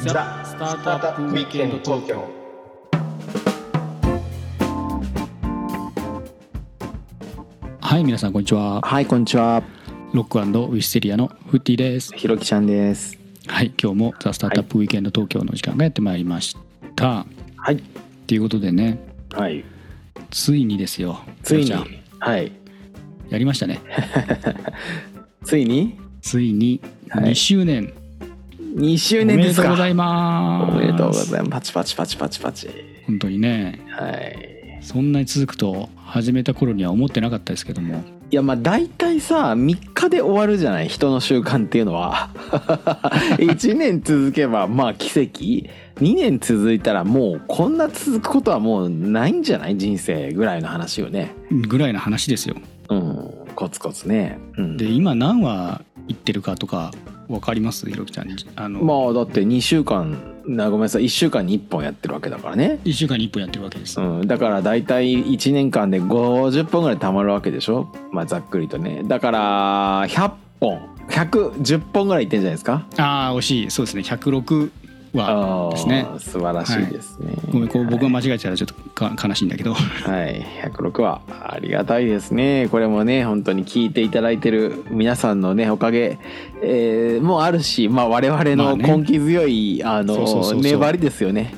ザ・スタートアップウィークエンド東京はい皆さんこんにちははいこんにちはロックウィステリアのフッティですひろきちゃんですはい今日も「ザ・スタートアップウィークエンド東京」の時間がやってまいりました、はいっていうことでねはいついにですよついにひろちはいゃんやりましたねついについにはい2周年、 2周おめ年でですとうかございますおめでとうございますパチパチパチパチパチ本当にねはいそんなに続くと始めた頃には思ってなかったですけどもいやまあ大体さ3日で終わるじゃない人の習慣っていう のは1年続けばまあ奇跡2年続いたらもうこんな続くことはもうないんじゃない人生ぐらいの話よねぐらいの話ですようんコツコツね、うん、で今何話言ってるかとか分かりますひろきちゃんあの、まあだって2週間なごめんなさい1週間に1本やってるわけだからね1週間に1本やってるわけです、うん、だから大体1年間で50本ぐらい貯まるわけでしょ、まあ、ざっくりとねだから100本110本ぐらいいってんじゃないですかああ惜しいそうですね106話ですねあー素晴らしいですね、ごめんこう僕が間違えたらちょっとか悲しいんだけど はい106話ありがたいですねこれもね本当に聞いていただいてる皆さんのねおかげ、えーもあるし、まあ、我々まあのね根気強い、あそうそうそうのそう粘りですよね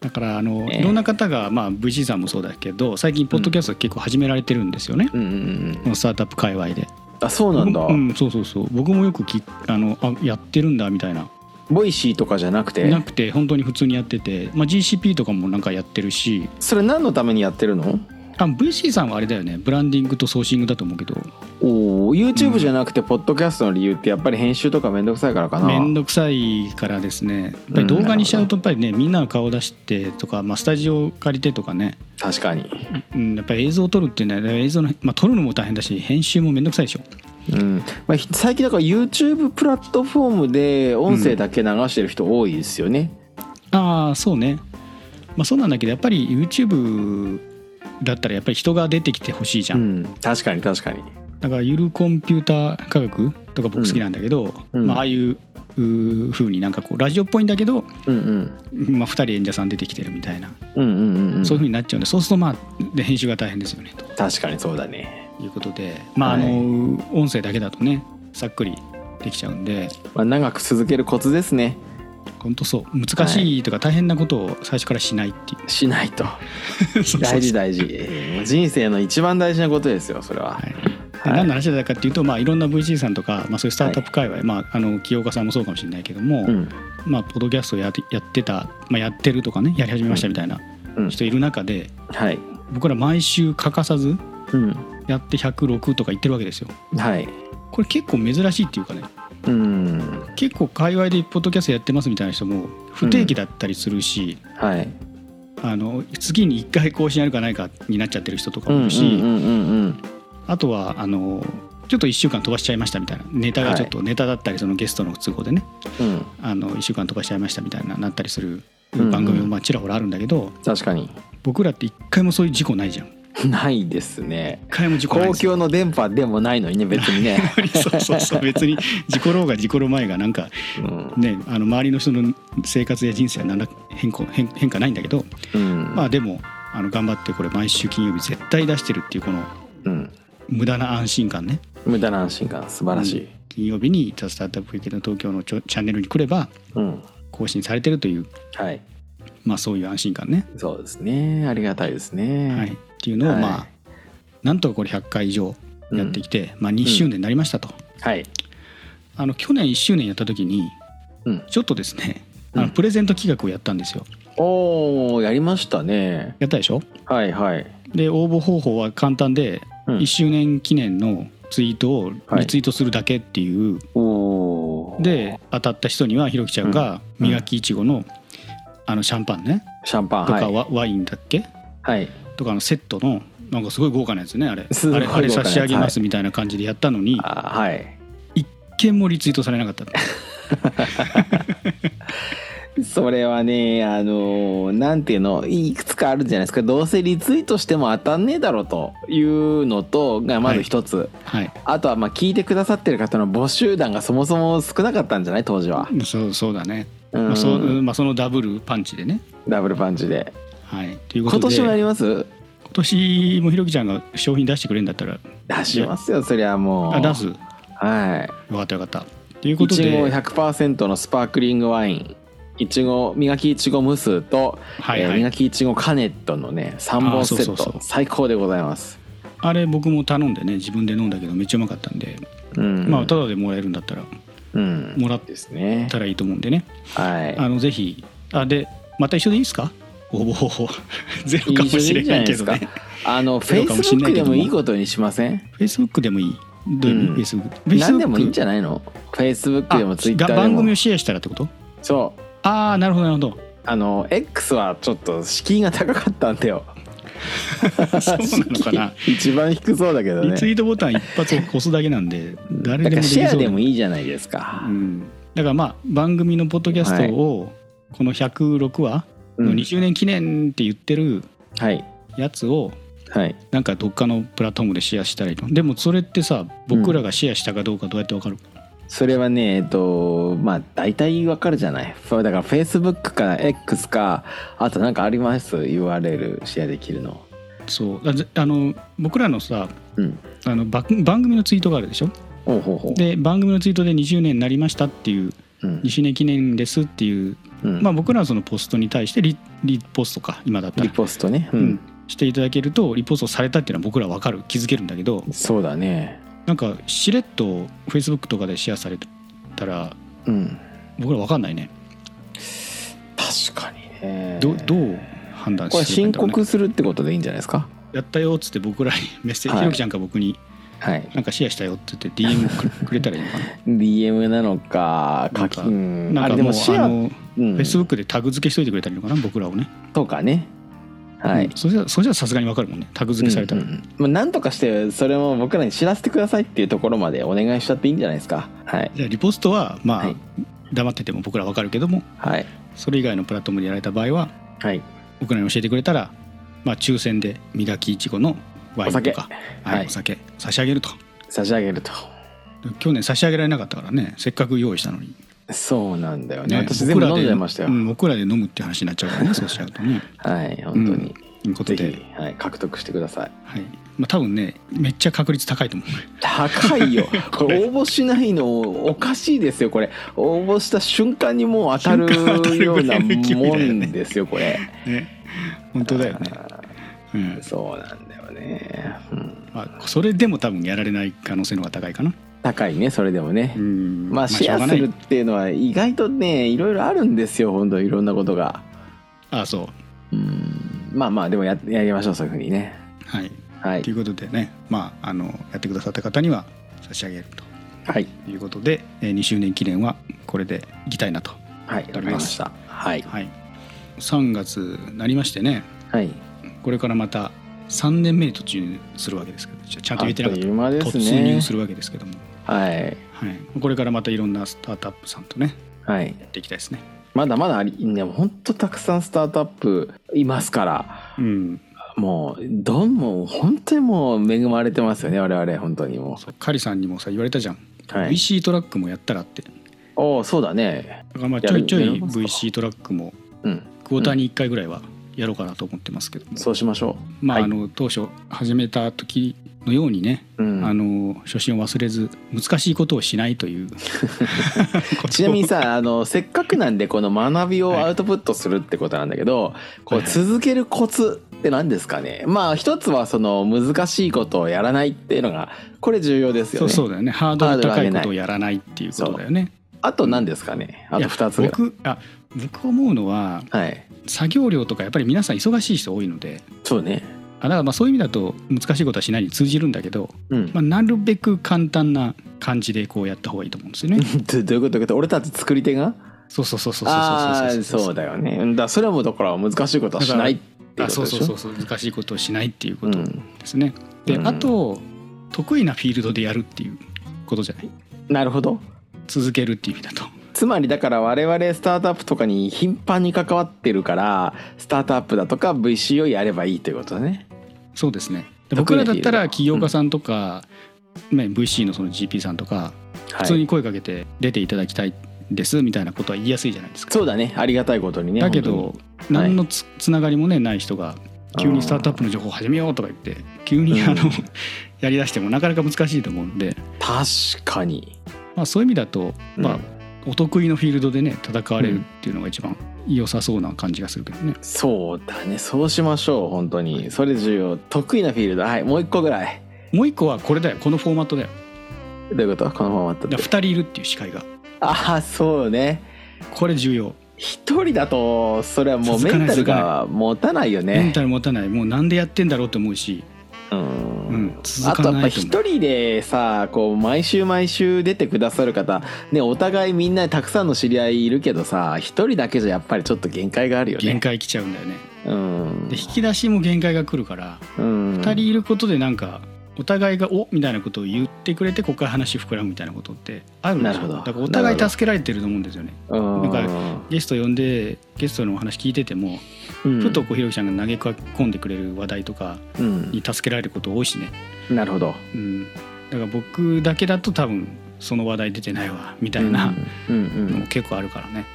だからあのねいろんな方が、まあ、VC さんもそうだけど最近ポッドキャスト結構始められてるんですよね、うんうんうんこのスタートアップ界隈であそうなんだ、うん、そうそうそう僕もよくきあのあやってるんだみたいなボイシーとかじゃなくてなくて本当に普通にやってて、まあ、GCP とかもなんかやってるしそれ何のためにやってるのあ VC さんはあれだよねブランディングとソーシングだと思うけどおお YouTube じゃなくてポッドキャストの理由ってやっぱり編集とかめんどくさいからかな面倒くさいからですねやっぱり動画にしちゃうとやっぱりねみんなの顔出してとか、まあ、スタジオ借りてとかね、確かにうん、やっぱり映像を撮るっていうのは映像の、まあ、撮るのも大変だし編集も面倒くさいでしょうん、まあ、ひ最近だから YouTube プラットフォームで音声だけ流してる人多いですよね、ああそうねまあそうなんだけどやっぱり YouTube だったらやっぱり人が出てきてほしいじゃ、うんん確かに確かにだからゆるコンピューター科学とか僕好きなんだけど、うんまあ、ああいううー風になんかこうラジオっぽいんだけど、うんうんまあ、2人演者さん出てきてるみたいな、うんうんうんうんそういう風になっちゃうんでそうするとまあで編集が大変ですよねと確かにそうだね、いうことでまああはいの、音声だけだとねさっくりできちゃうんでまあ、長く続けるコツですね本当そう難しいとか大変なことを最初からしないっていしない とうそうそうそう大事大事うん人生の一番大事なことですよそれは、はいではい何の話だったかっていうと、まあ、いろんな VC さんとか、まあ、そういうスタートアップ界隈、まあ、あの清岡さんもそうかもしれないけども、うんまあ、ポッドキャストやってやってた、まあ、やってるとかねやり始めましたみたいなうん人いる中ではい僕ら毎週欠かさずうんやって106とか言ってるわけですよ。はいこれ結構珍しいっていうかねうん結構界隈でポッドキャストやってますみたいな人も不定期だったりするし、はいあの月に1回更新あるかないかになっちゃってる人とかもいるし、うんうんうんうんうんあとはあのちょっと1週間飛ばしちゃいましたみたいなネタがちょっとネタだったりそのゲストの都合でねうん、あの1週間飛ばしちゃいましたみたいななったりするうんうん番組もまあちらほらあるんだけど確かに僕らって一回もそういう事故ないじゃん一 ないですね回も事故ない公ですよ共の電波でもないのにね別にね、 そうそうそう別に事故ろうが事故ろう前がなんかうんねあの周りの人の生活や人生は何ら変更変変化ないんだけどうんまあでもあの頑張ってこれ毎週金曜日絶対出してるっていうこのうん、無駄な安心感ね無駄な安心感素晴らしい、金曜日に「ザスタートアップウィークエンド東京のチョチャンネルに来ればうん更新されてるというはいまあそういう安心感ね、そうですねありがたいですね、はい、っていうのをはいまあなんとかこれ100回以上うんやってきて、まあ、2周年になりましたと、はいあの去年1周年やった時にうんちょっとですね、あうのんプレゼント企画をやったんですよおーやりましたねやったでしょはいはい、で応募方法は簡単で、うん1周年記念のツイートをリツイートするだけっていう、おーで当たった人にはひろきちゃんがうん磨きいちごのあのシャンパンねシャンパンとかはい、ワ,、ワインだっけはい、とかのセットのなんかすごい豪華なやつねあれすごあいれあれ豪華なやつ差し上げますみたいな感じでやったのに、あーはい一件もリツイートされなかったってそれはねあのーなんていうのいくつかあるじゃないですかどうせリツイートしても当たんねえだろうというのとがまず一つ、はいあとはまあ聞いてくださってる方の募集団がそもそも少なかったんじゃない当時は。そうそうだねうんまあそうんまあ、そのダブルパンチでね。ダブルパンチではい、というこ今とで年もやります今年もひろきちゃんが商品出してくれるんだったら出しますよそりゃもうあ出すよはいかったよかった。というこいとちごで、 100%のスパークリングワインいちご磨きいちごムースと、はいえはー磨い、きいちごカネットのね3あー本セそうットそうそう最高でございますあれ僕も頼んでね自分で飲んだけどめっちゃうまかったんで、うんまあただでもらえるんだったらうんもらっですねたらいいと思うんでね、はいあのぜひあでまた一緒でいいですか応募方法 ゼロかもしれないけどいいじねゃないですかあのフゼェロイかスもしブん ないックけでどももいいことにしません Facebook でもいいどういううんフェイスブック何でもいいんじゃゃないのフェイスブックでもツイッターでも番組をシェアしたらってことそうああなるほどなるほあの X はちょっと敷居が高かったんだよど そうなのかな敷居一番低そうだけどねリツイートボタン一発押すだけなんで誰だでもからできシそうェアだでもいいじゃないですかう、ん、だからまあ番組のポッドキャストをこの106話のうん20年記念って言ってるはいやつをはいなんかどっかのプラットフォームでシェアしたらいいのでもそれってさ僕らがシェアしたかどうかどうやってわかる、それはねえっとまあ大体わかるじゃないそうだから Facebook か X かあとなんかあります URL シェアできるのそうあぜあの僕らのさうんあのば番組のツイートがあるでしょほうほうほうで番組のツイートで20年になりましたっていううん2周年記念ですっていう、うんまあ、僕らのそのポストに対してリリポストか今だったリら、ポストねう、うんん、していただけるとリポストされたっていうのは僕らわかる気づけるんだけどそうだねなんかしれっと Facebook とかでシェアされたらうん僕らわかんないね確かにねどどう判断これすればいいんだ申ろうね告するってことでいいんじゃないですかやったよっつって僕らに メッセージ、はひいろきちゃんか僕にはいなんかシェアしたよって言って DM くれくれたらいいの か DM なのかなん課か金ななあんかれでもうもシェあア、のうん、 Facebook でタグ付けしといてくれたらいいのかな僕らをね、とかねはい、うんそれじゃそれじゃさすがにわかるもんねタグ付けされたら、うんうんまあ、なんとかしてそれも僕らに知らせてくださいっていうところまでお願いしちゃっていいんじゃないですかはいじゃあリポストはまあ、はい黙ってても僕らわかるけどもはいそれ以外のプラットフォームでやられた場合ははい僕らに教えてくれたら、まあ、抽選で磨きいちごのワインとかお酒はいはいお酒差し上げると差し上げると去年差し上げられなかったからねせっかく用意したのに、そうなんだよね、ね私全部飲んじゃいましたよ、うん僕らで飲むって話になっちゃうから ねそうしちゃうとねはい本当に、ということぜで、ひ、はい、獲得してくださいはいまあ、多分ねめっちゃ確率高いと思う高いよこれ応募しないのおかしいですよこれ応募した瞬間にもう当た瞬間当たるるようぐらないの勢いだもよねんですよこれね本当だよね、うんそうなんだよね、うん、まあ、それでも多分やられない可能性の方が高いかな、高いねそれでもね、うんまあシェアすしょるうがないっていうのは意外とねいろいろあるんですよ本当いろんなことがああそううんまあまあでもややりましょうそういうふうにねはいはいということでねまああのやってくださった方には差し上げるはいということで、えー2周年記念はこれでいきたいなとはいわかりましたはいはい3月になりましてねはいこれからまた3年目に突入するわけですけどちゃちゃんと言えてなかっあたっという間ですね突入するわけですけども、はいはい、これからまたいろんなスタートアップさんとねはいやっていきたいですねまだまだありでも本当たくさんスタートアップいますからうんもうどんも本当にもう恵まれてますよね我々本当にもそうカリさんにもさ言われたじゃん、うはい VC トラックもやったらってだおおそうだねからまあやちょるいちょいやりますか VC トラックもうんクォーターに1回ぐらいはやろうかなと思ってますけども、そうしましょうまあ、はいあの当初始めた時のようにね、うんあの初心を忘れず難しいことをしないという ちなみにさあのせっかくなんでこの学びをアウトプットするってことなんだけど、こうはい続けるコツって何ですかねまあ一つはその難しいことをやらないっていうのがこれ重要です そようねそうだよねハードル高いこハードル上げとなをやらないっていうことだよねあと何ですかねいあとや2つが僕あ僕思うのははい作業量とかやっぱり皆さん忙しい人多いのでそうねあだからまあそういう意味だと難しいことはしないに通じるんだけど、うん、まあ、なるべく簡単な感じでこうやった方がいいと思うんですよね どどういうことどういうこと俺たち作り手がそうそうそうそうそうああーそうだよねうんだからそれもだから難しいことはしないっていうあことそうでしそょうそうそう難しいことをしないっていうこうとん、ですね、でうんあと得意なフィールドでやるっていうことじゃないなるほど続けるっていう意 味だとつまりだから我々スタートアップとかに頻繁に関わってるからスタートアップだとか VC をやればいいということだねそうですねで得意な僕らだったらフィ起ールド業家さんとか、ね VC のその GP さんとかは普い通に声かけて出ていただきたいんですみたいなことは言いやすいじゃないですか。そうだねありがたいことにねだけ本どにはい何のつ,、ながりもねない人が急にスタートアップの情報を始めようとか言って急にうんあの、 やりだしてもなかなか難しいと思うんで、当に確かにまあ、そういう意味だと、まうあん、お得意のフィールドでね戦われるっていうのが一番良さそうな感じがするけどね。そうだねそうしましょう本当にそれ重要得意なフィールドはいもう一個ぐらいもう一個はこれだよこのフォーマットだよ。どういうことこのままだだ2人いるっていう視界がああそうねこれ重要。一人だとそれはもう続メかないンタルが持たないよメンねタル持たないもうなんでやってんだろうと思うし、ううんん、あ続かとやっなぱいと思う。一人でさこう毎週毎週出てくださる方ねお互いみんなたくさんの知り合いいるけどさ一人だけじゃやっぱりちょっと限界があるよね限界来ちゃうんだよね。うんで引き出しも限界が来るからうん2人いることでなんかお互いが「おみたいなことを言ってくれてここから話膨らむみたいなことってあるんですなるよほどだからおなる互ほいど助けられてると思うんですよねうんなんゲスト呼んでゲストのお話聞いててもうんふとこうひろきさんが投げ込んでくれる話題とかうんに助けられること多いしね、なるほどうん、だから僕だけだと多分その話題出てないわみたいなうんうんうのもん結構あるからね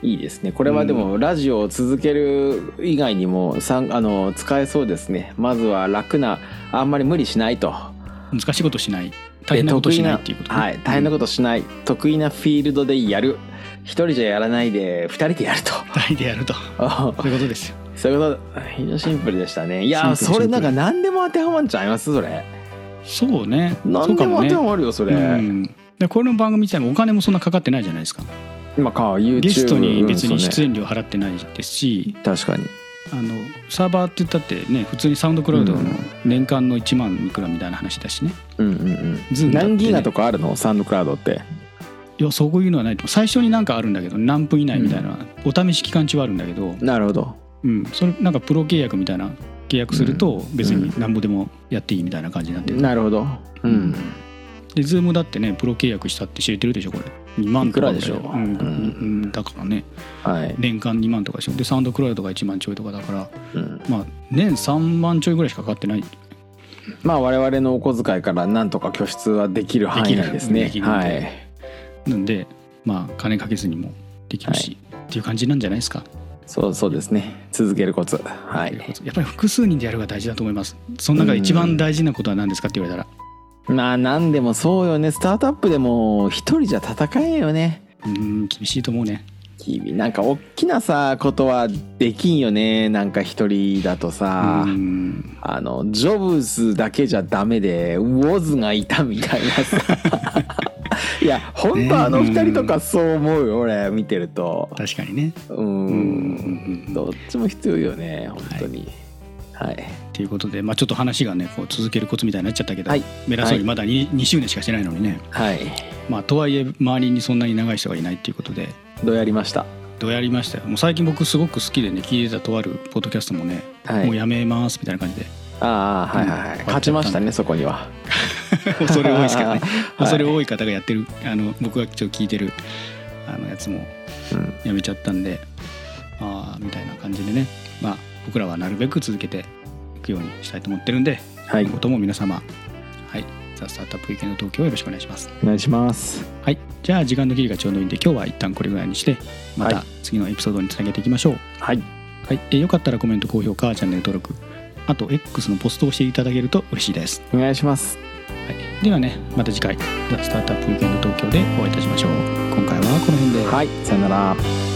いいですねこれはでもラジオを続ける以外にもさんあの使えそうですねまずは楽なあんまり無理しないと難しいことしない大変なことしないっていうこと、ね、はい、大変なこことしない、得意なフィールドでやる一人じゃやらないで二人でやると とでやるとそういうことですよそういうこと非常にシンプルでしたねいやーシンプルそれシンプなんルか何でも当てはまっちゃいますそれそうねそ何うでかもも当ねてはまるよそれ、うん、でこれの番組自体もお金もそんなかかってないじゃないですか今か YouTube ゲストに別にそう出ね演料払ってないですし、確かにあのサーバーって言ったってね普通にサウンドクラウドのうん年間の1万いくらみたいな話だしねうんうんう Zoom んだってね何ギガとかあるのサウンドクラウドっていやそういうのはないと最初になんかあるんだけど何分以内みたいな、お試し期間中はあるんだけど、なるほどうん、それなんかプロ契約みたいな契約すると別に何ぼでもやっていいみたいな感じになってる、なるほどうんで Zoom だってねプロ契約したって知れてるでしょこれ2万とかいくらでしょううんうんうんだからねはい、年間2万とかでしょでサウンドクラウドが1万ちょいとかだからうん、まあ年3万ちょいぐらいしかかかってないまあ我々のお小遣いからなんとか拠出はできる範囲内ですねできるはできるいなんでまあ金かけずにもできるし、っていう感じなんじゃないですか、そうそうですね続けるコツはといういことでやっぱり複数人でやるが大事だと思いますその中で一番大事なことは何ですかって言われたまあ何でもそうよねスタートアップでも一人じゃ戦えんよねらうーん厳しいと思うね君なんか大きなさことはできんよねなんか一人だとうさ、ーんあのジョブズだけじゃダメでウォズがいたみたいな さいや本当あの二人とかそう思うよ俺見てると確かにねううーんんどっちも必要よね本当にはい、ということで、まあ、ちょっと話がねこう続けるコツみたいになっちゃったけど、はいメラソはリいまだ 2, 2周年しかしてないのにね、はい、まあ、とはいえ周りにそんなに長い人がいないっていうことでどうやりましたどうやりましたよもう最近僕すごく好きでね聞いてたとあるポッドキャストもね、はいもうやめますみたいな感じで ああはいはいはい、うん勝ちましたねそこには恐れ多いですけどねはい恐れ多い方がやってるあの僕がちょっと聞いてるあのやつもうんやめちゃったんで、ああみたいな感じでね、まあ、僕らはなるべく続けていくようにしたいと思ってるんで、はい今後とも皆様はいザ・スタートアップ意見の東京をよろしくお願いしますお願いしますはいじゃあ時間の切りがちょうどいいんで今日は一旦これぐらいにしてまはたい次のエピソードにつなげていきましょうはいはい、えーよかったらコメント高評価チャンネル登録あと X のポストをしていただけると嬉しいです、お願いしますはい、ではねまた次回「ザ・スタートアップウィークエンド東京」でお会いいたしましょう今回はこの辺ではいさよなら